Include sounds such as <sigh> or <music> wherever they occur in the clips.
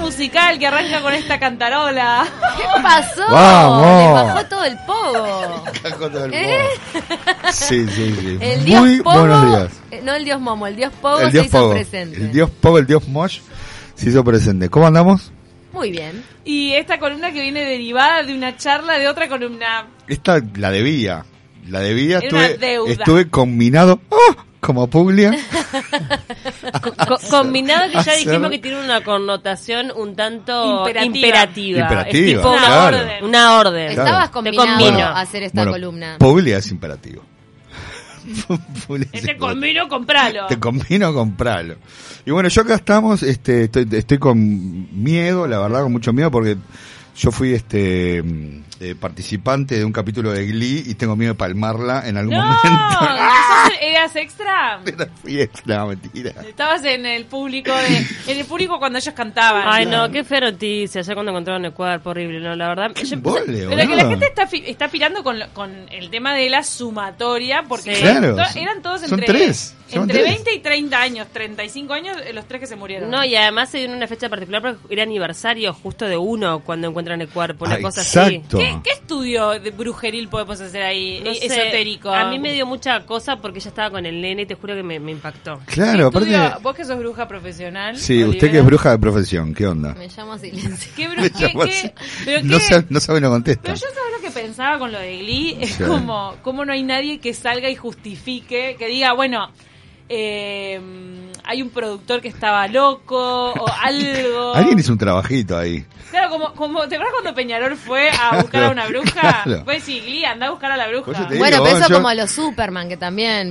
musical que arranca con esta cantarola. ¿Qué pasó? Vamos. Le bajó todo el pogo. Cajo todo el ¿Eh? pogo. Sí, sí, sí. El dios Muy pogo. buenos días. eh, No el dios momo, el dios pogo El se dios hizo Pogo. presente. El dios Pogo, el dios Mosh se hizo presente. ¿Cómo andamos? Muy bien. Y esta columna que viene derivada de una charla de otra columna. Esta la debía. La debía. Era una Estuve, deuda. estuve combinado ¡ah! como Puglia. Co- co- combinado que ya Hacer- dijimos que tiene una connotación un tanto Imperativa. imperativa. Imperativa, es tipo una claro. orden. Una orden. Claro. Estabas combinado Te combino. a hacer esta Bueno, columna. Puglia es imperativo. <laughs> Puglia es Este imperativo. combino, compralo. Te combino comprarlo. Y bueno, yo acá estamos, este, estoy, estoy con miedo, la verdad, con mucho miedo, porque yo fui este mm, eh, participante de un capítulo de Glee y tengo miedo de palmarla en algún No, momento. <laughs> ¡Ah! ¿sos- eras extra. fui extra, mentira. Estabas en el público de, en el público cuando ellos cantaban. Ay, no, qué fea noticia. Ya cuando encontraron el cuerpo, horrible. No, la verdad. yo- Embole, Pero que la boludo. gente está, fi- está pirando con, lo- con el tema de la sumatoria, porque Sí. Claro, to- son- eran todos son entre, tres, son entre tres. 20 y 30 años, 35 años, eh, los tres que se murieron. no, y además se dio en una fecha particular porque era aniversario justo de uno cuando encuentran el cuerpo. Una Ah, cosa así. exacto. ¿Qué, qué estudio de brujeril podemos hacer ahí? No eh, sé, esotérico. A mí me dio mucha cosa porque ella estaba con el nene y te juro que me, me impactó. Claro, ¿Qué aparte. estudio- Vos que sos bruja profesional. Sí, usted que Olivera. es bruja de profesión, ¿qué onda? <laughs> Me llamo silencio. ¿Qué Me bruja? llamó así. pero no, qué- sabe, no sabe, no contesta. Pero yo sabes lo que pensaba con lo de Glee, es Sí. como, como no hay nadie que salga y justifique, que diga, bueno, eh, hay un productor que estaba <laughs> loco o algo. Alguien hizo un trabajito ahí. Claro, como, como ¿te acuerdas cuando Peñarol fue a buscar a una bruja? claro. Pues sí, Glee, anda a buscar a la Por eso bruja. te digo. Bueno, pero eso yo- como los Superman, que también,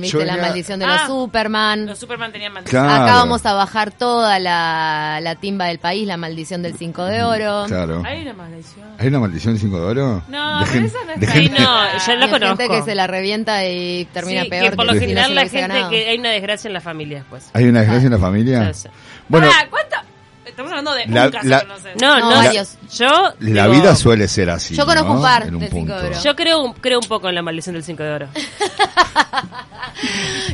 yo Ah, viste, la era- maldición de Ah. los Superman. Los Superman tenían mantequilla. Claro. Acá vamos a bajar toda la, la timba del país, la maldición del 5 de oro. Claro. Hay una maldición. ¿Hay una maldición de 5 de oro? No, Dejen- pero esa no es dejen- Sí, no, yo la Hay gente conozco. que se la revienta y termina Sí, peor. que por lo si no general se la hubiese gente ganado. que hay una desgracia en la familia después. ¿Hay una desgracia en la familia? Sí, sí. Bueno, Pará, ¿cuánto? Estamos hablando de La- un caso la- que no sé. No, No, no, varios. yo la digo, vida suele ser así. Yo conozco ¿no? un par En de cinco punto. de oro. Yo creo un, creo un poco en la maldición del 5 de oro.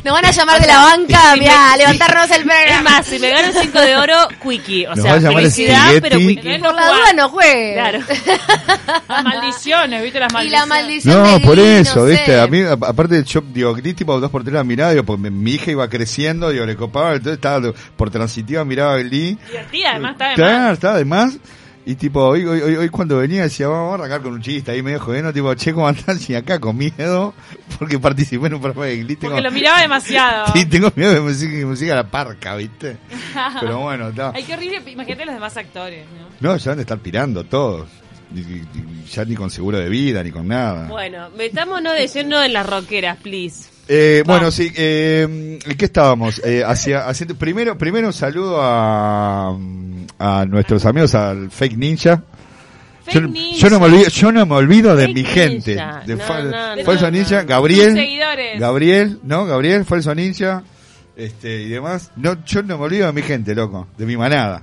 Nos van a llamar de <laughs> la banca, Sí, mirá, me- a levantarnos el Es programa. más, si me gano el 5 de oro, quickie. O Nos va sea, a llamar felicidad, Spaghetti. pero quickie. Entonces no Por la jugás. duda no juegue. Claro. Las maldiciones, ¿viste? Las Y maldiciones. la maldición de No, Glee, por eso, no sé. ¿viste? A mí, a- aparte, yo digo, Glee tipo dos por tres la mirada, digo, porque mi, mi hija iba creciendo, digo, le copaba, entonces estaba lo- por transitiva, miraba a Glee. Divertida, además, está de Claro, más. estaba de más. Y tipo, hoy, hoy, hoy, hoy cuando venía decía, vamos a arrancar con un chiste ahí medio jodiendo, tipo, che, ¿cómo andás? Y acá con miedo, <laughs> porque participé en un programa de Glee. Tengo, Porque lo miraba <laughs> demasiado. sí, tengo miedo de música, música a la parca, ¿viste? Pero bueno, está. Ay, qué horrible. Imagínate los demás actores, ¿no? No, ya van a estar pirando todos. Y- y- y Ya ni con seguro de vida, ni con nada. Bueno, Bueno, metámonos de lleno en las rockeras, please. eh, bueno sí, eh, ¿en qué estábamos? Eh, hacia, haciendo, primero, primero un saludo a, a nuestros amigos, al Fake Ninja. Yo, Fake news. yo no me olvido, yo no me olvido de Fake mi gente. Ninja. De No, fa- no, no, Falso no. Ninja, Tus Gabriel. seguidores. Gabriel, ¿no? Gabriel, Falso Ninja este, y demás. No, yo no me olvido de mi gente, loco, de mi manada.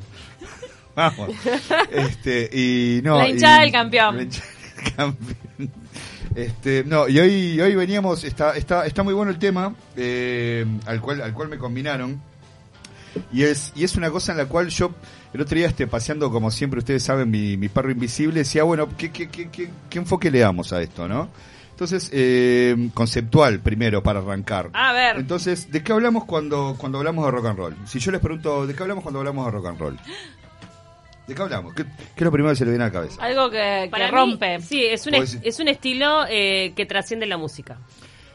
Vamos. Este, y no, La hinchada y- del campeón. la hinchada del campeón. Este, no, y hoy, hoy veníamos, está, está, está muy bueno el tema eh, al, cual, al cual me combinaron. Y es, y es una cosa en la cual yo, el otro día este, paseando, como siempre ustedes saben, mi, mi perro invisible, decía, bueno, ¿qué, qué, qué, qué, qué enfoque le damos a esto, no? Entonces, eh, conceptual primero para arrancar. A ver. Entonces, ¿de qué hablamos cuando, cuando hablamos de rock and roll? Si yo les pregunto, ¿de qué hablamos cuando hablamos de rock and roll? ¿De qué hablamos? ¿Qué, qué es lo primero que se le viene a la cabeza? Algo que, que mí, rompe. sí, es un, Pues- es, es un estilo eh, que trasciende la música.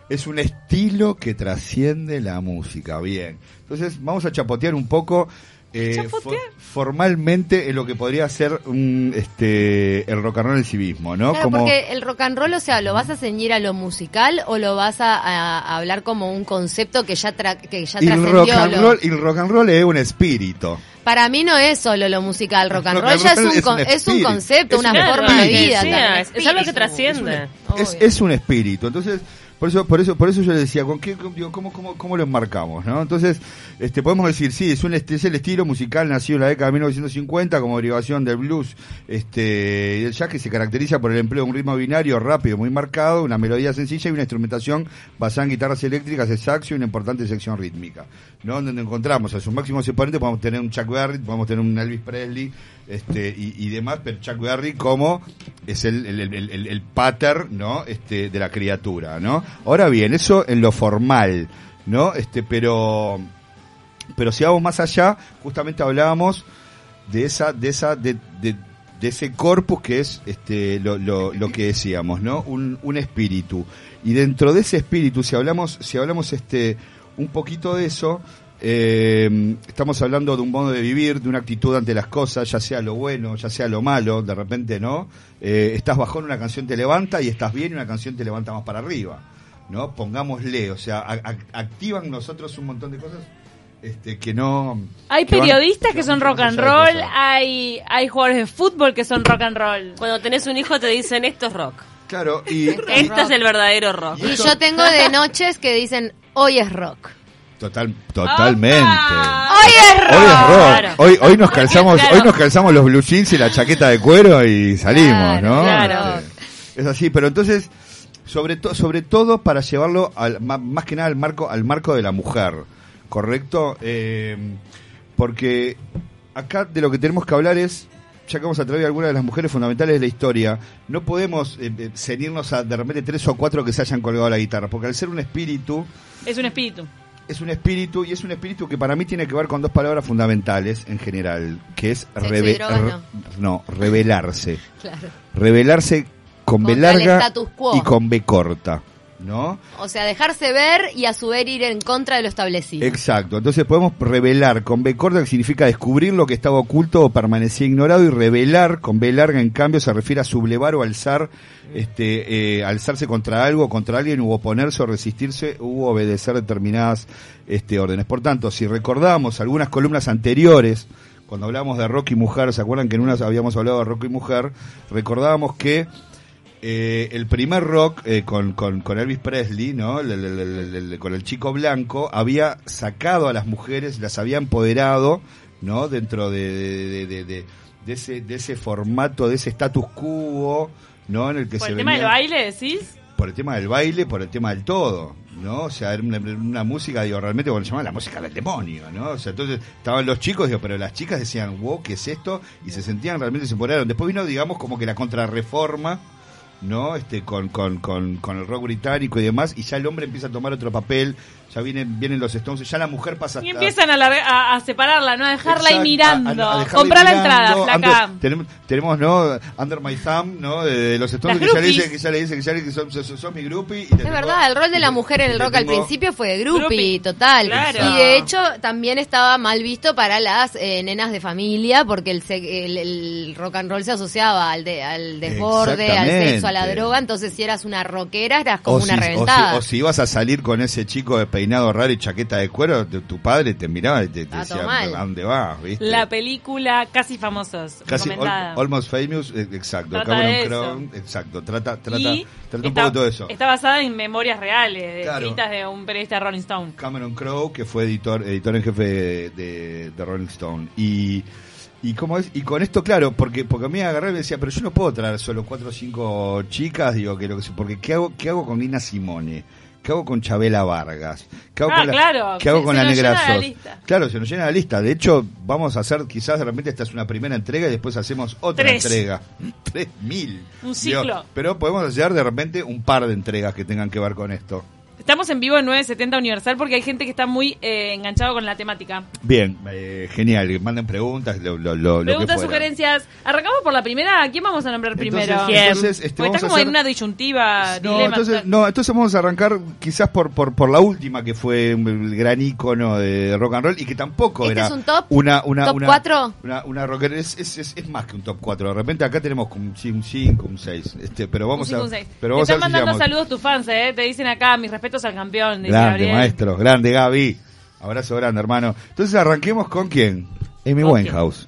Es un estilo que trasciende la música, bien. Entonces vamos a chapotear un poco eh, ¿Chapotear? for- formalmente en lo que podría ser un, este, el rock and roll en sí mismo, ¿no? Claro, porque el rock and roll, o sea, ¿lo vas a ceñir a lo musical o lo vas a, a- a hablar como un concepto que ya, tra- que ya y el rock trascendió? and lo- roll, y el rock and roll es un espíritu. Para mí no es solo lo musical, rock and Rock roll and ya es roll un, es con- un es un espíritu. concepto, Es una un forma de espíritu. vida. Sí, también. es- es algo que trasciende. Es, Obvio. es un espíritu. Entonces, por eso, por eso, por eso yo le decía, ¿con qué, con- digo, cómo, cómo, cómo lo enmarcamos? ¿no? Entonces, este, podemos decir, sí, es, un, est- es el estilo musical nacido en la década de 1950 como derivación del blues este, y el jazz que se caracteriza por el empleo de un ritmo binario rápido, muy marcado, una melodía sencilla y una instrumentación basada en guitarras eléctricas, el saxo y una importante sección rítmica. ¿no? Donde encontramos a sus máximos exponentes, podemos tener un Chuck Berry, podemos tener un Elvis Presley, este, y, y demás, pero Chuck Berry como es el, el, el, el- el pater, ¿no? Este, de la criatura, ¿no? Ahora bien, eso en lo formal, ¿no? Este, pero, pero si vamos más allá, justamente hablábamos de esa, de esa, de, de- de ese corpus que es este lo, lo- lo que decíamos, ¿no? Un, un espíritu. Y dentro de ese espíritu, si hablamos, si hablamos este un poquito de eso, eh, estamos hablando de un modo de vivir, de una actitud ante las cosas, ya sea lo bueno, ya sea lo malo, de repente no. Eh, estás bajón, una canción te levanta y estás bien, y una canción te levanta más para arriba. ¿No? Pongámosle, o sea, a- a- activan nosotros un montón de cosas este, que no. Hay que van- periodistas que son van rock and más allá de roll, ah. cosas. hay, hay jugadores de fútbol que son rock and roll. Cuando tenés un hijo te dicen esto es rock. Claro, y, y- <laughs> Esto es el verdadero rock. Y yo tengo de noches que dicen, hoy es rock. total, totalmente. ¡Opa! ¡Hoy es rock! Hoy es rock. Claro. Hoy, hoy nos calzamos, Claro. hoy nos calzamos los blue jeans y la chaqueta de cuero y salimos, Claro, ¿no? claro. Este, Es así, pero entonces sobre todo sobre todo para llevarlo al, ma- más que nada al marco al marco de la mujer, correcto, Eh, porque acá de lo que tenemos que hablar es ya que vamos a traer algunas de las mujeres fundamentales de la historia, no podemos eh, eh, ceñirnos a de repente tres o cuatro que se hayan colgado la guitarra, porque al ser un espíritu, Es un espíritu. es un espíritu y es un espíritu que para mí tiene que ver con dos palabras fundamentales en general, que es Sexo y reve- drogas, re- no. no, revelarse. Claro. Revelarse con B Contra el larga status quo. y con B corta, ¿no? O sea, dejarse ver y a su vez ir en contra de lo establecido. Exacto, entonces podemos revelar con B corta, que significa descubrir lo que estaba oculto o permanecía ignorado, y revelar con B larga, en cambio, se refiere a sublevar o alzar, este, eh, alzarse contra algo, contra alguien, u oponerse o resistirse, u obedecer determinadas este, órdenes. Por tanto, si recordamos algunas columnas anteriores, cuando hablamos de rock y mujer, ¿se acuerdan que en unas habíamos hablado de rock y mujer? Recordábamos que eh, el primer rock eh, con, con- con Elvis Presley, ¿no? El- el- el- el- el- con el chico blanco, había sacado a las mujeres, las había empoderado, ¿no? Dentro de, de- de- de- de- de ese, de ese formato, de ese status quo, ¿no? En el que Por se el tema del venía- baile, decís. por el tema del baile, por el tema del todo, ¿no? O sea, era una, una música, digo, realmente cuando llamaban la música del demonio, ¿no? O sea, entonces estaban los chicos, digo, pero las chicas decían, wow, ¿qué es esto? Y se sentían realmente se empoderaron. Después vino, digamos, como que la contrarreforma, ¿no? Este, con, con, con, con el rock británico y demás, y ya el hombre empieza a tomar otro papel, ya vienen, vienen los Stones, ya la mujer pasa Y a- empiezan a, larga- a, a separarla, ¿no? A dejarla ahí Exacto, mirando. a- a- a dejarla Comprar la mirando. entrada, flaca. Under- tenemos, tenemos, ¿no? Under my thumb, ¿no? De, de los Stones Las que ya, le groupies. dice, que ya le dice que ya le dice que sos, sos- sos mi groupie. Es verdad, el rol de la mujer en el rock al principio fue de groupie, Groupie. total. Claro. Y de hecho también estaba mal visto para las eh, nenas de familia porque el, se- el- el rock and roll se asociaba al, de- al desborde, al Exactamente. sexo, a la droga. Entonces si eras una rockera eras como O si, una o si- reventada. o si ibas a salir con ese chico de peinado raro y chaqueta de cuero, tu, tu padre te miraba y te, te Ah, decía, todo mal. ¿a dónde vas? ¿Viste? La película Casi Famosos, Casi Al- recomendada. Almost Famous, eh, exacto. Trata Cameron de eso. Crowe, exacto. Trata, trata, Y trata un está- poco de todo eso. Está basada en memorias reales, de Claro. escritas de un periodista de Rolling Stone. Cameron Crowe, que fue editor, editor en jefe de, de- de Rolling Stone. Y, y cómo es, y con esto, claro, porque, porque a mí me agarré y me decía, pero yo no puedo traer solo cuatro o cinco chicas, digo, que lo que sea, porque ¿qué hago, qué hago con Nina Simone? ¿Qué hago con Chabela Vargas? ¿Qué hago Ah, con la, claro, ¿qué hago se- con se la nos Negra llena la Sos? lista. Claro, se nos llena la lista. De hecho, vamos a hacer, quizás de repente esta es una primera entrega y después hacemos otra Tres. entrega. <laughs> Tres mil. Un ciclo. Digo, pero podemos hacer de repente un par de entregas que tengan que ver con esto. Estamos en vivo en 970 Universal porque hay gente que está muy eh, enganchado con la temática. Bien, eh, genial. Que Manden preguntas, lo, lo, lo, lo que Preguntas, fuera. sugerencias. Arrancamos por la primera. ¿A quién vamos a nombrar Entonces, primero? ¿Quién? entonces, este, Porque vamos está a como hacer- en una disyuntiva, No, dilema. entonces, no, entonces vamos a arrancar quizás por, por, por la última que fue el gran ícono de rock and roll y que tampoco ¿Este era es un top? una una ¿Top una, cuatro? una, una rockera es, es, es, es más que un top 4. De repente acá tenemos como un 5, un 6, este, pero vamos Un cinco, a un seis. pero Te vamos a están ver si mandando llegamos. saludos tus fans, ¿eh? Te dicen acá, mis respetos al campeón. dice Grande, Gabriel. maestro, grande Gaby. Abrazo grande, hermano. Entonces arranquemos con quién? Amy ¿Con Winehouse.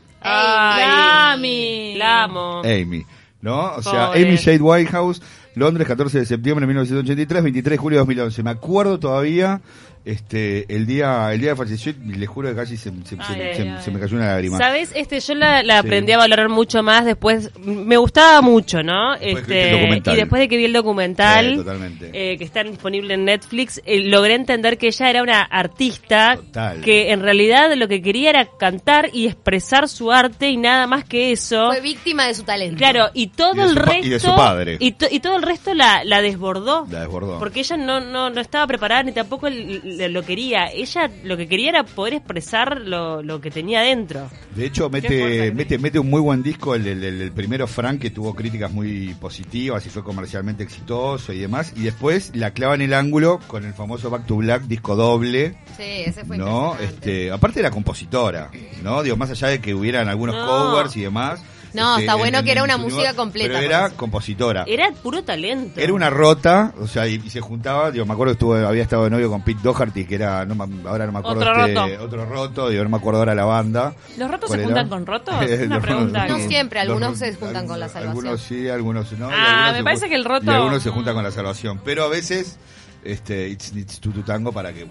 Ay, Lami. La amo. Amy. ¿No? O sea, Pobre. Amy Shade Whitehouse, Londres, 14 de septiembre de 1983, 23 de julio de 2011. Me acuerdo todavía Este, el día, el día de falleció, les juro que casi se, se- Ay, se- ay, se- ay. se me cayó una lágrima. ¿Sabes? Este, yo la, la Sí. aprendí a valorar mucho más después. Me gustaba mucho, ¿no? Después que viste el Este, documental. y después de que vi el Sí, documental, totalmente. eh, que está disponible en Netflix, eh, logré entender que ella era una artista Total. que en realidad lo que quería era cantar y expresar su arte y nada más que eso. Fue víctima de su talento. Claro, y todo Y de el su pa- resto. y de su padre. Y, to- y todo el resto la, la desbordó. La desbordó. Porque ella no, no, no estaba preparada ni tampoco el- le- lo quería. Ella lo que quería era poder expresar lo, lo que tenía dentro. De hecho, fuerza mete, que mete, mete un muy buen disco, el, el- el- el primero Frank, que tuvo críticas muy positivas y fue comercialmente exitoso y demás. Y después la clava en el ángulo con el famoso Back to Black, disco doble, Sí, ese fue ¿no? impresionante. Este, aparte era compositora, ¿no? Digo, más allá de que hubieran algunos No. covers y demás. No, este, está bueno que era una su música universo, completa, Pero era parece. compositora. Era puro talento. Era una rota, o sea, y, y se juntaba, digo, me acuerdo que estuvo, había estado de novio con Pete Doherty, que era, no, me- ahora no me acuerdo, Otro este, roto. otro roto, digo, no me acuerdo ahora la banda. ¿Los rotos ¿Cuál se era? juntan con <laughs> rotos? Es una Los- pregunta. No que- siempre, algunos los- se juntan con la salvación. Algunos sí, algunos no. y Ah, algunos me se parece jun- que el roto- Y algunos se juntan mm. con la salvación, pero a veces, este, it's, it's tu, tu tango para que...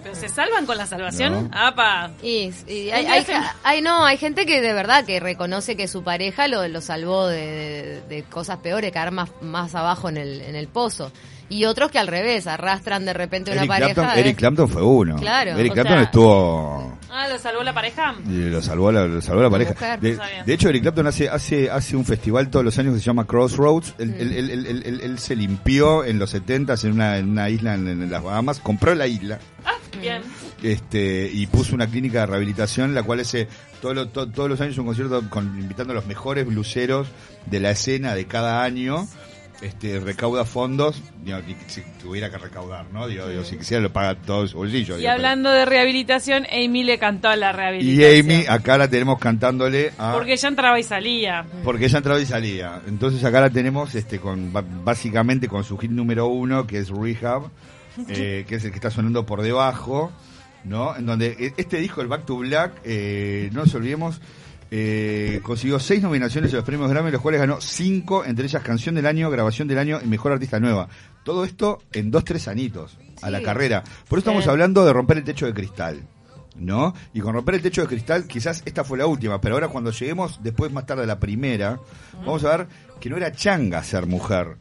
¿Pero se salvan con la No. salvación? ¡Apa! Y, y hay, Un hay, día se- hay- no, hay gente que de verdad que reconoce que su pareja lo, lo salvó de, de- de cosas peores, caer más, más abajo en el, en el pozo. Y otros que al revés, arrastran de repente una Eric pareja. Clapton, ¿eh? Eric Clapton fue uno. Claro, Eric o Clapton sea- estuvo... Ah, ¿lo salvó la pareja? Y lo salvó la, lo salvó la pareja. mujer, De, no sabía. de hecho, Eric Clapton hace, hace, hace un festival todos los años que se llama Crossroads. Él, él- él- él- él- él- él se limpió en los 70 en una, en una isla en, en las Bahamas, compró la isla Ah, bien. este y puso una clínica de rehabilitación, la cual hace todo lo- to- todos los años un concierto con, invitando a los mejores bluseros de la escena de cada año. Este, recauda fondos, digo, ni que si tuviera que recaudar, ¿no? Digo, digo, si quisiera lo paga todo su bolsillo. digo, Y pero- hablando de rehabilitación, Amy le cantó a la y rehabilitación. Amy, ah. acá la tenemos cantándole a... Porque ella entraba y salía. Porque ella entraba y salía. Entonces acá la tenemos este con ba- básicamente con su hit número uno, que es <laughs> Rehab, eh, que es el que está sonando por debajo, ¿no? En donde eh, este disco, el Back to Black, eh, no nos olvidemos, eh, consiguió seis nominaciones a los premios Grammy, los cuales ganó cinco, entre ellas Canción del Año, Grabación del Año y Mejor Artista Nueva. Todo esto en dos, tres anitos a la Sí. carrera. Por eso estamos hablando de romper el techo de cristal. ¿No? Y con romper el techo de cristal, quizás esta fue la última, pero ahora cuando lleguemos después, más tarde, a la primera, vamos a ver que no era changa ser mujer.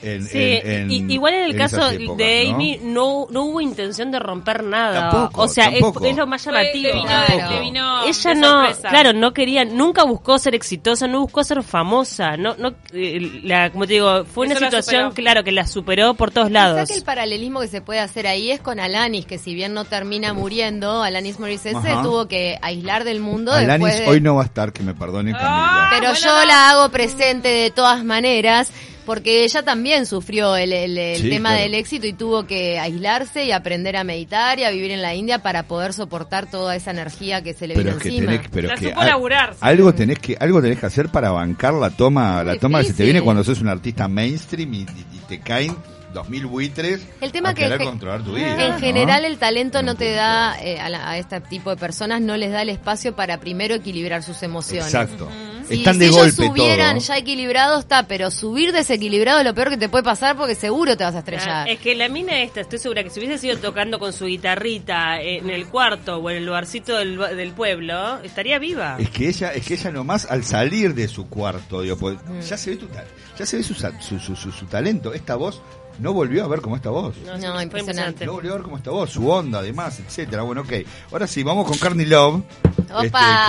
en- Sí, en- en- y- igual en el en caso esas épocas, de ¿no? Amy no, no hubo intención de romper nada. Tampoco, o sea, es- tampoco. Es, lo más llamativo. Le vino, Tampoco. le vino Ella de no, sorpresa. claro, no quería, nunca buscó ser exitosa, no buscó ser famosa, no, no, eh, la, como te digo, fue Eso una la situación, superó. claro, que la superó por todos Quizá lados. que el paralelismo que se puede hacer ahí es con Alanis, que si bien no termina muriendo, Alanis Morissette se Ajá. tuvo que aislar del mundo Alanis después de... Ah, hoy no va a estar, que me perdone Camila. Pero Ah, Bueno, yo no. la hago presente de todas maneras, porque ella también sufrió el, el- el Sí, tema claro. del éxito y tuvo que aislarse y aprender a meditar y a vivir en la India para poder soportar toda esa energía que se le Pero vino es que encima. tenés, pero La es que supo laburar. algo tenés que algo tenés que hacer para bancar la toma, la Muy toma que se te difícil. viene cuando sos un artista mainstream y, y- y te caen 2000 buitres. El tema a que querer ge- controlar tu vida. En ¿no? general el talento No no te puedo da, eh, a, la- a este tipo de personas, no les da el espacio para primero equilibrar sus emociones. Exacto. Si, Están de si golpe ellos subieran todo. ya equilibrado está, pero subir desequilibrado es lo peor que te puede pasar porque seguro te vas a Ah, estrellar. Es que la mina esta, estoy segura que si hubiese sido tocando con su guitarrita eh, en el cuarto o en el lugarcito del, del pueblo, estaría viva. Es que ella, es que ella nomás al salir de su cuarto, digo, pues, Mm. ya se ve tu tal- ya se ve su, sa- su, su, su- su talento, esta voz no volvió a ver como esta voz. es- No, fue impresionante. No volvió a ver como esta voz, su onda, además, etcétera. Bueno, ok. Ahora sí, vamos con Carney Love. Este, Opa,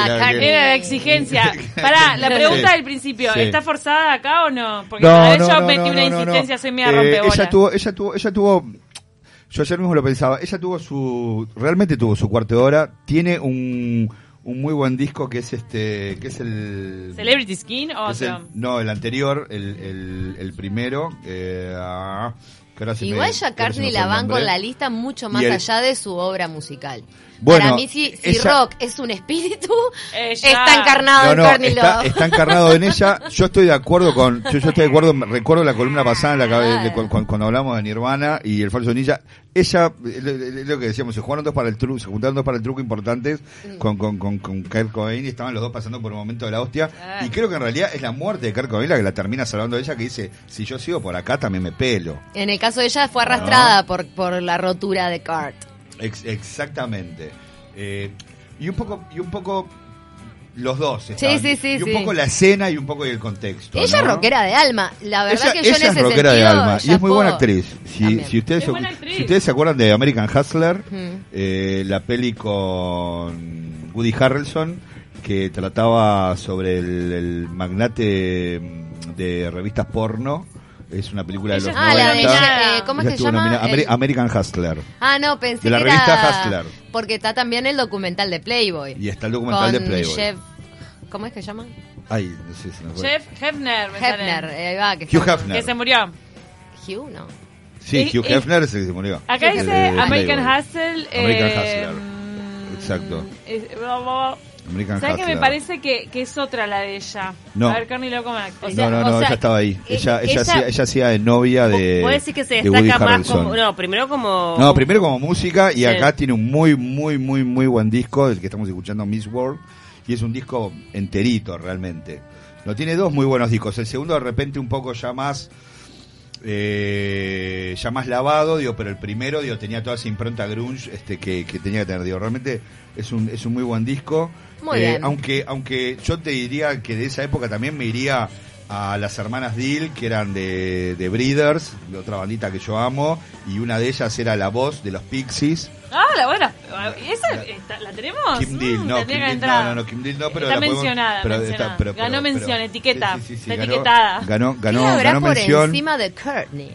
que la- Carney. Era la exigencia. Pará, la <laughs> pregunta Sí. del principio. Sí. ¿Está forzada acá o no? Porque tal vez yo metí una insistencia, soy media Eh, rompebolas. ella tuvo, ella tuvo, ella tuvo. Yo ayer mismo lo pensaba. Ella tuvo su, realmente tuvo su cuarto de hora. Tiene un, un muy buen disco que es este, que es el. ¿Celebrity Skin o que es el- otro? no, el anterior, el, el, el primero. Eh, ah, que ahora se me- Igual ya que ahora se me Carney fue la el van con nombre. la lista mucho más Y el- allá de su obra musical. Bueno, Para mí, si, si esa- rock es un espíritu, <laughs> Ella- está encarnado No, en no, Courtney está, Love. está encarnado en ella. Yo estoy de acuerdo con. Yo, yo estoy de acuerdo. me- Recuerdo la columna pasada en la cabe- de cu- cu- cuando hablamos de Nirvana y el falso ninja. Ella, eh, lo, lo- lo que decíamos, se jugaron dos para el truco, se juntaron dos para el truco importantes con, con, con, con Kurt Cobain y estaban los dos pasando por un momento de la hostia. Y creo que en realidad es la muerte de Kurt Cobain la que la termina salvando a ella, que dice: Si yo sigo por acá, también me pelo. En el caso ella fue arrastrada por, por la rotura de Cart. Ex- exactamente. Eh, y un poco, y un poco los dos. estaban- sí, sí, Y un sí. poco la escena y un poco el contexto. Ella es ¿no? rockera de alma. La verdad Ella, que yo ella en ese es rockera de sentido, alma y es muy chapó. buena actriz. Si, También. si ustedes, Es buena actriz. si ustedes se acuerdan de American Hustler, Mm. eh, la peli con Woody Harrelson, que trataba sobre el, el magnate mm, de revistas porno, es una película de Ella los estuvo Ah, la de 90. nominada. ella, eh, ¿cómo es Ella que se estuvo llama? nominada- Ameri- El- American Hustler. Ah, no, pensé de la que revista era... Hustler. Porque está también el documental de Playboy. Y está el documental con de Playboy. Jeff... ¿Cómo es que se llama? Ay, no sé si me acuerdo. Jeff Hefner, me Pues sale. Hefner. eh, ahí va, que Hugh está- Hefner. Que se murió. Hugh, no. Sí, Eh, Hugh eh, Hefner es el que se murió. Acá El de dice American Playboy. Hustle. American eh, Hustler. mm, Exacto. es- bla, bla, bla. American ¿Sabes qué me Hustler. parece que, que es otra la de ella? No. A ver, Carly Loco me actriz. O sea, no, no, no, o sea, ella estaba ahí. eh, Ella, ella, ella- hacía, ella hacía de novia de. Puedes decir que se de Woody destaca más Harrelson. como. No, primero como. No, primero como música y Sí. acá tiene un muy, muy, muy, muy buen disco, del que estamos escuchando Miss World, y es un disco enterito realmente. No tiene dos muy buenos discos, el segundo de repente un poco ya más, eh, ya más lavado, digo, pero el primero digo, tenía toda esa impronta grunge este, que, que tenía que tener, digo, realmente es un, es un muy buen disco. Eh, Muy bien. Aunque, aunque yo te diría que de esa época también me iría a las hermanas Dill, que eran de, de Breeders, de otra bandita que yo amo, y una de ellas era la voz de los Pixies. Ah, la buena. ¿Esa está- la tenemos? Kim Mm, Deal, no, tendría Kim que Deal, entrar. no, no, no, Kim Deal no, pero Está la podemos- mencionada, pero mencionada. está- pero- Ganó pero- mención, pero- etiqueta, sí, sí, sí, está ganó- etiquetada. Ganó, ganó, ¿Quién habrá ganó por mención. encima de Courtney?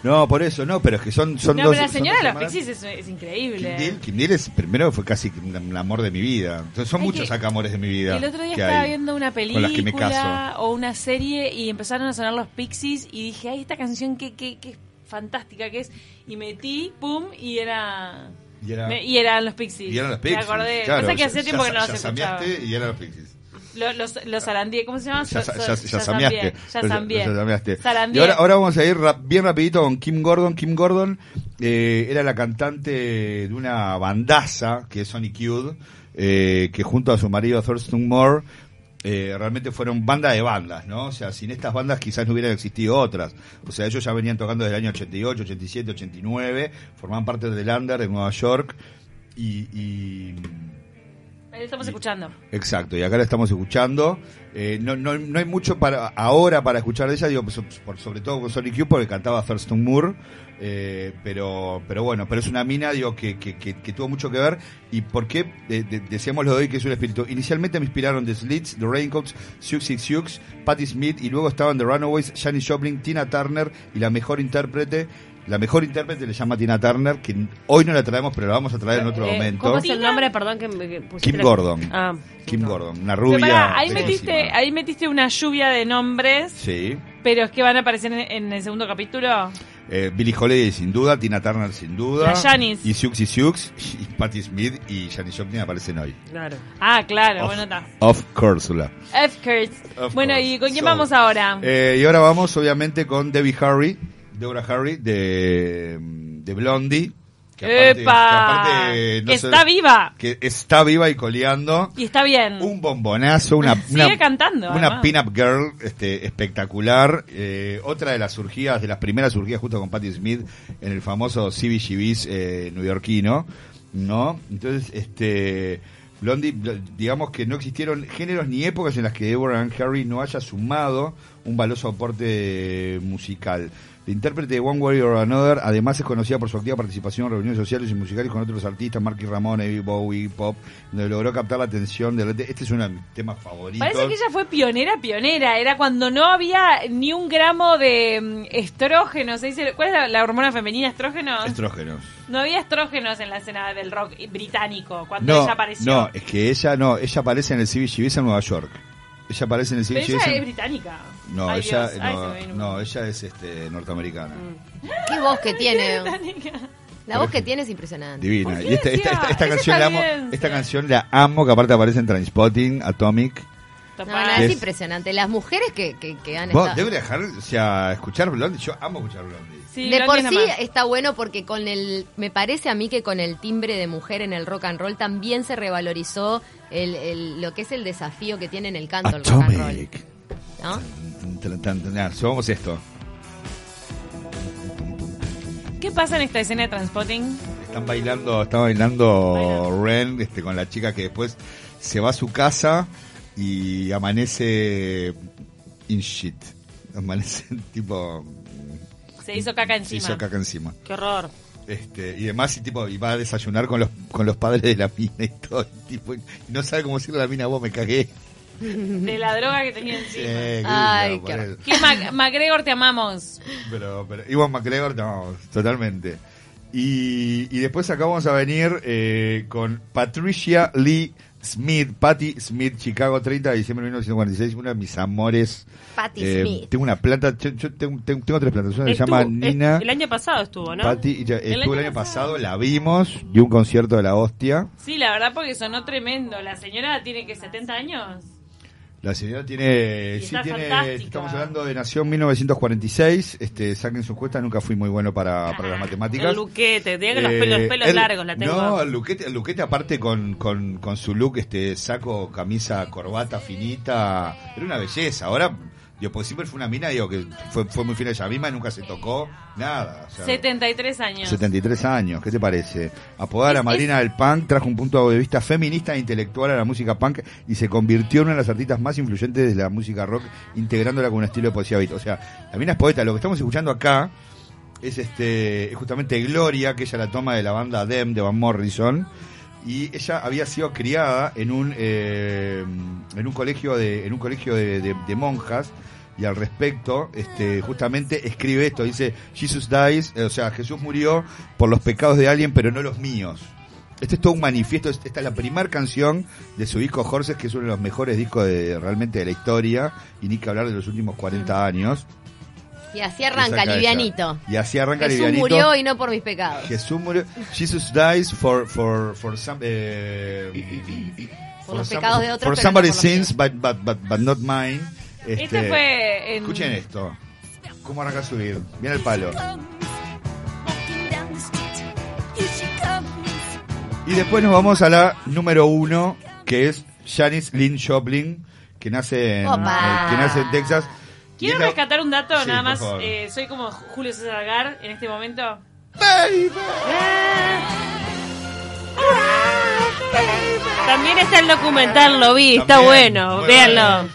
No, por eso, no, pero es que son, son No, dos. pero la son señora de dos los hermanas. Pixies es, es increíble. Kim Deal, Kim Deal es, primero fue casi un amor de mi vida. Entonces son Ay, muchos que- acá amores de mi vida. El otro día que estaba hay, viendo una con película las que me caso. o una serie y empezaron a sonar los Pixies y dije, ay, esta canción que, que, que fantástica que es. Y metí, pum, y era... Y era- me- y eran los Pixies. Y eran los Pixies. Me acordé. claro, Pasa que ya- hace ya- tiempo que no los ya escuchaba. sameaste y eran los Pixies. Lo- Los, los zarandié, ¿cómo se llama? Ah, Ya, So- ya, so- ya, ya sameaste. Ya Ya- zambié. ya sameaste. Y Zarandié. ahora, ahora vamos a ir rap- bien rapidito con Kim Gordon. Kim Gordon eh, era la cantante de una bandaza que es Sonic Youth, eh, que junto a su marido Thurston Moore eh, realmente fueron banda de bandas, ¿no? O sea, sin estas bandas quizás no hubieran existido otras. O sea, ellos ya venían tocando desde el año 88, 87, 89, formaban parte del Lander en Nueva York y- y Ahí estamos escuchando. Exacto, y acá la estamos escuchando. Eh, no, no, no hay mucho para ahora para escuchar de ella, digo, so- por, sobre todo con Sonic Youth, porque cantaba Thurston Moore. eh, pero pero bueno, pero es una mina digo que, que, que- que tuvo mucho que ver. ¿Y por qué? De- de- decíamos lo de hoy que es un espíritu. Inicialmente me inspiraron The Slits, The Raincoats, Six Six Six, Patti Smith, y luego estaban The Runaways, Janis Joplin, Tina Turner, y la mejor intérprete. La mejor intérprete le llama Tina Turner, que hoy no la traemos, pero la vamos a traer en otro Eh, momento. ¿Cómo es el nombre? Perdón que, me- que Pues pusiste Kim la- Gordon. Ah. Kim Gordon, una Pero rubia. pará, ahí bellísima. metiste, ahí metiste una lluvia de nombres, Sí. pero es que van a aparecer en, en el segundo capítulo. Eh, Billie Holiday sin duda, Tina Turner sin duda. La Janis. Y Siux y Siux, y Patti Smith y Janis Joplin aparecen hoy. Claro. Ah, claro, Of- bueno, está. Of Cursula. F. Kurtz. Of Bueno, course. ¿y con quién So, vamos ahora? eh, y ahora vamos obviamente con Debbie Harry, Deborah Harry de, de Blondie. Que aparte- ¡Epa! que aparte, no Que sé- está viva. Que está viva y coleando. Y está bien. Un bombonazo, una, Sigue una- cantando, una además. pin-up girl este, espectacular. Eh, otra de las surgidas, de las primeras surgidas junto con Patti Smith en el famoso CBGBs eh, neoyorquino, ¿no? Entonces, este, Blondie, bl- digamos que no existieron géneros ni épocas en las que Deborah Ann Harry no haya sumado un valioso aporte musical. La intérprete de One Way or Another además es conocida por su activa participación en reuniones sociales y musicales con otros artistas, Marky Ramón, Evie Bowie, Pop, donde logró captar la atención del... Este es uno de mis temas favoritos. Parece que ella fue pionera, pionera. Era cuando no había ni un gramo de mm, estrógeno. ¿se dice? ¿Cuál es la, la hormona femenina? ¿Estrógeno? Estrógenos. no había estrógenos en la escena del rock británico cuando No, ella apareció. no, es que ella no, ella aparece en el CBGBs en Nueva York. Ella aparece en el Pero CBGBs ella es en... británica. No, Ay, ella, Dios. Ay, se me no, vino Mm. un- <laughs> no, ella es este, norteamericana. Qué voz que <laughs> tiene. británica. La voz que tiene es impresionante. Divina. ¿Por qué Y esta, esta, decía? esta- esta Esa canción la amo, estadounidense. esta canción la amo, que aparte aparece en Transpotting, Atomic. No, Topaz. no, Es- es impresionante. Las mujeres que, que, que han Vos estado... debes dejar, o sea, escuchar Blondie, yo amo escuchar Blondie. Sí, de Blondie por es la sí más. está bueno porque con el me parece a mí que con el timbre de mujer en el rock and roll también se revalorizó el, el- lo que es el desafío que tiene en el canto el rock and roll Atomic. ¿no? Tan, tan, tan, tan. Subamos esto. ¿Qué pasa en esta escena de Transpotting? Están bailando, está bailando Bailando. Ren este, con la chica que después se va a su casa y amanece in shit. Amanece <laughs> tipo... Se hizo caca Se encima. hizo caca encima. Qué horror. Este, y demás, y tipo, y va a desayunar con los, con los padres de la mina y todo. y tipo, y no sabe cómo decirle a la mina, vos me cagué. De la droga que tenía encima. Eh, Ay, <laughs> por qué él. Que Mac- McGregor te amamos. Pero, pero Iwan McGregor, no, totalmente. Y, y después acá vamos a venir eh, con Patricia Lee Smith, Patty Smith, Chicago, 30 de diciembre de 1946, una de mis amores. Patty Eh, Smith. Tengo una planta, yo, yo tengo, tengo- tengo tres plantas, una se Estuvo- llama es- Nina, el año pasado estuvo, ¿no? Patty, y ya- estuvo el año año pasado, la vimos, de un concierto de la hostia. Sí, la verdad porque sonó tremendo. La señora tiene que 70 años. La señora tiene, Y sí está tiene, fantástica. estamos hablando de Nación 1946, este, saquen sus cuentas, nunca fui muy bueno para, para las matemáticas. Ah, El luquete, tenía que los Eh, pelos, pelos el- largos, la tengo. No, el Luquete, el Luquete aparte con, con, con su look, este saco, camisa, corbata finita, era una belleza. Ahora, yo pues siempre fue una mina, digo, que fue, fue muy fina ella misma, nunca se tocó, nada. o sea, 73 años. 73 años, ¿qué te parece? Apodada la Es- madrina del punk, trajo un punto de vista feminista e intelectual a la música punk y se convirtió en una de las artistas más influyentes de la música rock, integrándola con un estilo de poesía beat. O sea, la mina es poeta. Lo que estamos escuchando acá es este es justamente Gloria, que ella la toma de la banda Dem de Van Morrison. Y ella había sido criada en un eh, en un colegio de en un colegio de, de- de monjas y al respecto este justamente escribe esto dice Jesus dies eh, o sea Jesús murió por los pecados de alguien pero no los míos este es todo un manifiesto es- esta es la primera canción de su disco Horses que es uno de los mejores discos de realmente de la historia y ni que hablar de los últimos 40 años Y así arranca, Saca ella. livianito. y así arranca Jesús livianito murió y no por mis pecados. Jesús murió. Jesus dies for for for some eh, Por los pecados de otros, For pero no somebody's por los sins, but, but, but, but not mine. Este, Este fue en... Escuchen esto. ¿Cómo arranca a subir? Viene el palo. Y después nos vamos a la número uno, que es Janice Lynn Joplin, que nace en, Opa. eh, que nace en Texas. Y Quiero es la- rescatar un dato, Sí, nada por más. favor. Eh, soy como Julio César Gar en este momento. Baby. También está el documental, lo vi, está También, bueno, bueno. véanlo.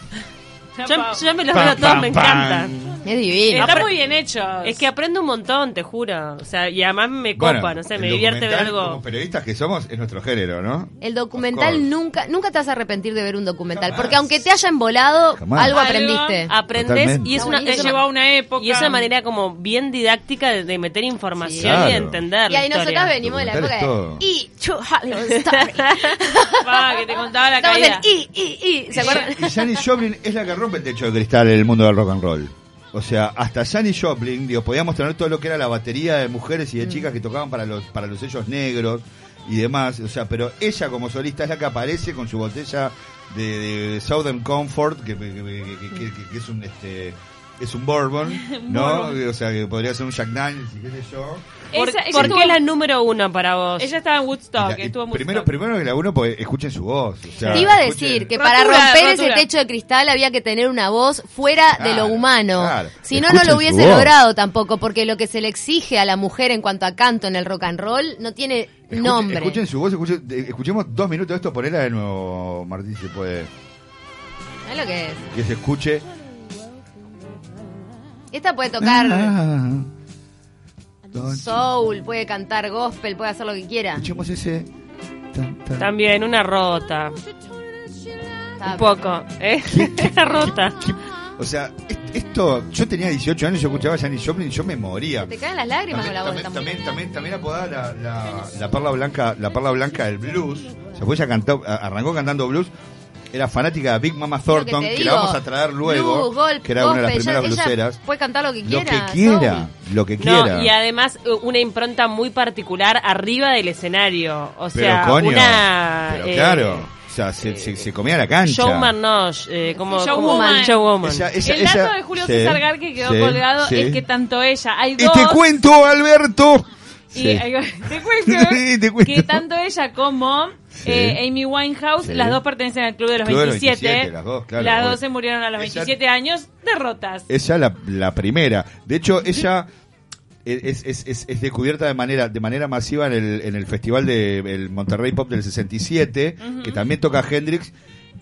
Yo, Chapa. yo me los Pam, veo todos, pam, me pam. encanta. Es divino. Está muy bien hecho. Es que aprendo un montón, te juro. O sea, y además me copa, Bueno, no sé, el me divierte ver documental, Como algo. periodistas que somos, es nuestro género, ¿no? El Of documental course. nunca, nunca te vas a arrepentir de ver un documental, Jamás. porque aunque te hayan volado, Jamás. algo Algo aprendiste. Aprendés Totalmente. y es Está una, te es buenísimo. llevó a una, una época. y es una <laughs> manera como bien didáctica de, de meter información y de Claro. entender. Y ahí la historia. nosotras venimos de la época Documental es de todo. Y True Hollywood Story. Pa, que te contaba la Estamos caída. en I, I, I. ¿Se acuerdan? Y Janis Joplin es la que rompe el techo de cristal en el mundo del rock and roll. O sea, hasta Janis Joplin, digo, podíamos tener todo lo que era la batería de mujeres Mm. y de chicas que tocaban para los, para los sellos negros y demás. O sea, pero ella como solista es la que aparece con su botella de, de Southern Comfort, que, que- que- que- que- que es un este es un <laughs> bourbon, ¿no? O sea, que podría ser un Jack Daniels y qué sé yo. ¿Por, Esa- ella por estuvo- qué es la número uno para vos? Ella estaba en Woodstock, Y la- y estuvo en primero, Woodstock. primero que la uno, pues escuchen su voz. o sea, Te iba a escuchen- decir que para Rotura, romper ese rotura. techo de cristal había que tener una voz fuera de lo Claro, humano. claro. Si no, no Escuchen lo su hubiese voz. logrado tampoco, porque lo que se le exige a la mujer en cuanto a canto en el rock and roll no tiene Escuchen- nombre. Escuchen su voz, escuchen- eh, escuchemos dos minutos de esto, ponela de nuevo, Martín, si puede. ¿Sabes lo que es? Que se escuche. Esta puede tocar Ah, don't- soul, puede cantar gospel, puede hacer lo que quiera. escuchemos ese. tan, tan. También, una rota. Está- Un poco, ¿eh? <laughs> Una rota. O sea, est- esto, yo tenía 18 años, yo escuchaba a Janis Joplin y yo me moría. Te caen las lágrimas También, con la voz de también, esta también, mujer. también, también apodada la, la, la perla blanca, la perla blanca del blues. O sea, pues ella cantó, a- arrancó cantando blues. Era fanática de Big Mama Lo que Thornton, te que, digo, la vamos a traer luego, blues, golpe, que era una de las gospel, primeras ella- ella bluseras. Puede cantar lo que Lo quiera. que quiera, soul. lo que quiera. No, y además eh, una impronta muy particular arriba del escenario. O sea, pero coño, una. pero eh, claro, o sea, se, se- se comía la cancha. Showman no, eh, como Showwoman. como- showwoman. Ella- el dato ella- de Julio sí, César Gar que quedó sí, colgado sí. es que tanto ella, hay Y dos. te cuento, Alberto. y- Sí. <laughs> te cuento <laughs> Sí, te cuento. que tanto ella como Sí. eh, Amy Winehouse, Sí. las dos pertenecen al club de los Club de los 27. 27, las dos, claro, Las obvio. dos se murieron a los Ella- Eh, 27 años, derrotas. Ella la, la primera. De hecho, ella es, es- es- es descubierta de manera de manera masiva en el, en el festival de el Monterrey Pop del 67, que también toca Hendrix,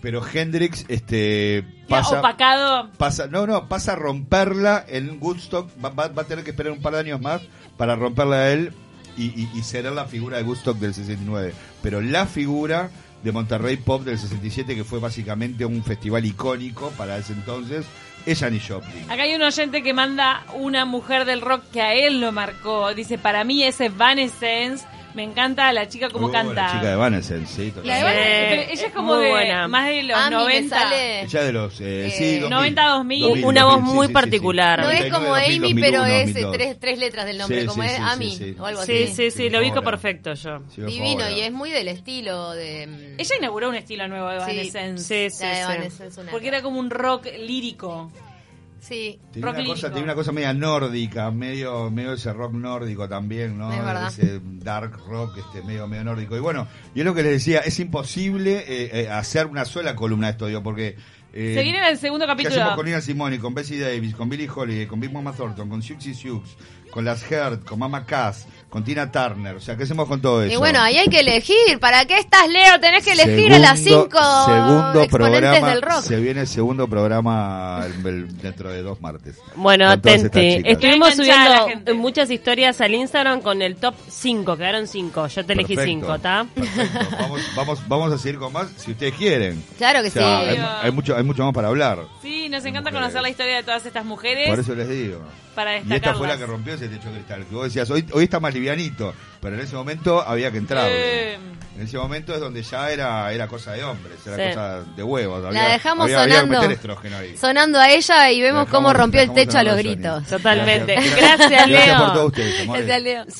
pero Hendrix este pasa opacado. pasa no no pasa a romperla en Woodstock va, va- va a tener que esperar un par de años más para romperla a él y, y- y será la figura de Woodstock del 69 pero la figura de Monterrey Pop del 67 que fue básicamente un festival icónico para ese entonces es Janis Joplin Acá hay un oyente que manda una mujer del rock que a él lo marcó. Dice, para mí es Evanescence. Me encanta la chica como Oh, canta. la chica de Evanescence sí, totalmente. La de Pero ella es como Muy de buena. más de los A mí me 90. sale- Ella de los eh, Eh, sí, 2000, 90, 2000, una voz sí, muy sí, particular. No es 99, como Amy, 2000, pero 2001, es eh, 2002. tres, tres letras del nombre, Sí, como sí, es sí, Ami sí, sí. o algo Sí, así. sí, sí, lo ubico Ahora. perfecto yo. Sí, por favor, Divino, y ahora. es muy del estilo de... mm, Ella inauguró un estilo nuevo de Sí. Evanescence. Sí, sí, la de sí. Vanessa es una- Porque era como un rock lírico. Sí, Tiene Rock una, cosa, lírico. tiene una cosa media nórdica, medio, medio ese rock nórdico también, ¿no? Es verdad. Ese dark rock, este medio, medio nórdico. Y bueno, yo es lo que les decía, es imposible eh, eh, hacer una sola columna de estudio porque... eh, Se viene el segundo ¿Qué capítulo. hacemos con Nina Simone, con Bessie Davis, con Billie Holiday, con Big Mama Thornton, con Siouxsie Sioux, con Las Heard, con Mama Cass, con Tina Turner? O sea, ¿qué hacemos con todo eso? Y bueno, ahí hay que elegir. ¿Para qué estás, Leo? Tenés que elegir a las Segundo- cinco segundo exponentes programa, del rock. Se viene el segundo programa el- el- dentro de dos martes. Bueno, Con todas estas atenti. chicas. Estuvimos Está enganchada la subiendo gente. muchas historias al Instagram con el top 5. Quedaron 5. Yo te elegí Perfecto, 5, ¿está? perfecto. Vamos, vamos, vamos a seguir con más si ustedes quieren. Claro que O sea, sí. hay, hay mucho, hay mucho más para hablar. Sí, nos encanta Mujeres. conocer la historia de todas estas mujeres. Por eso les digo. Para Y esta fue destacarlas. la que rompió ese techo de cristal. Que vos decías, hoy, hoy está más livianito, pero en ese momento había que entrar. Eh. En ese momento es donde ya era, era cosa de hombres, era Sí. cosa de huevos. La había- dejamos había- había que sonando. meter estrógeno ahí. Sonando a ella y La vemos dejamos- cómo rompió la el dejamos techo a los sonando, Sony. gritos. Totalmente. Gracias, Gracias, Gracias Leo. por todos ustedes, amores. Gracias, Leo.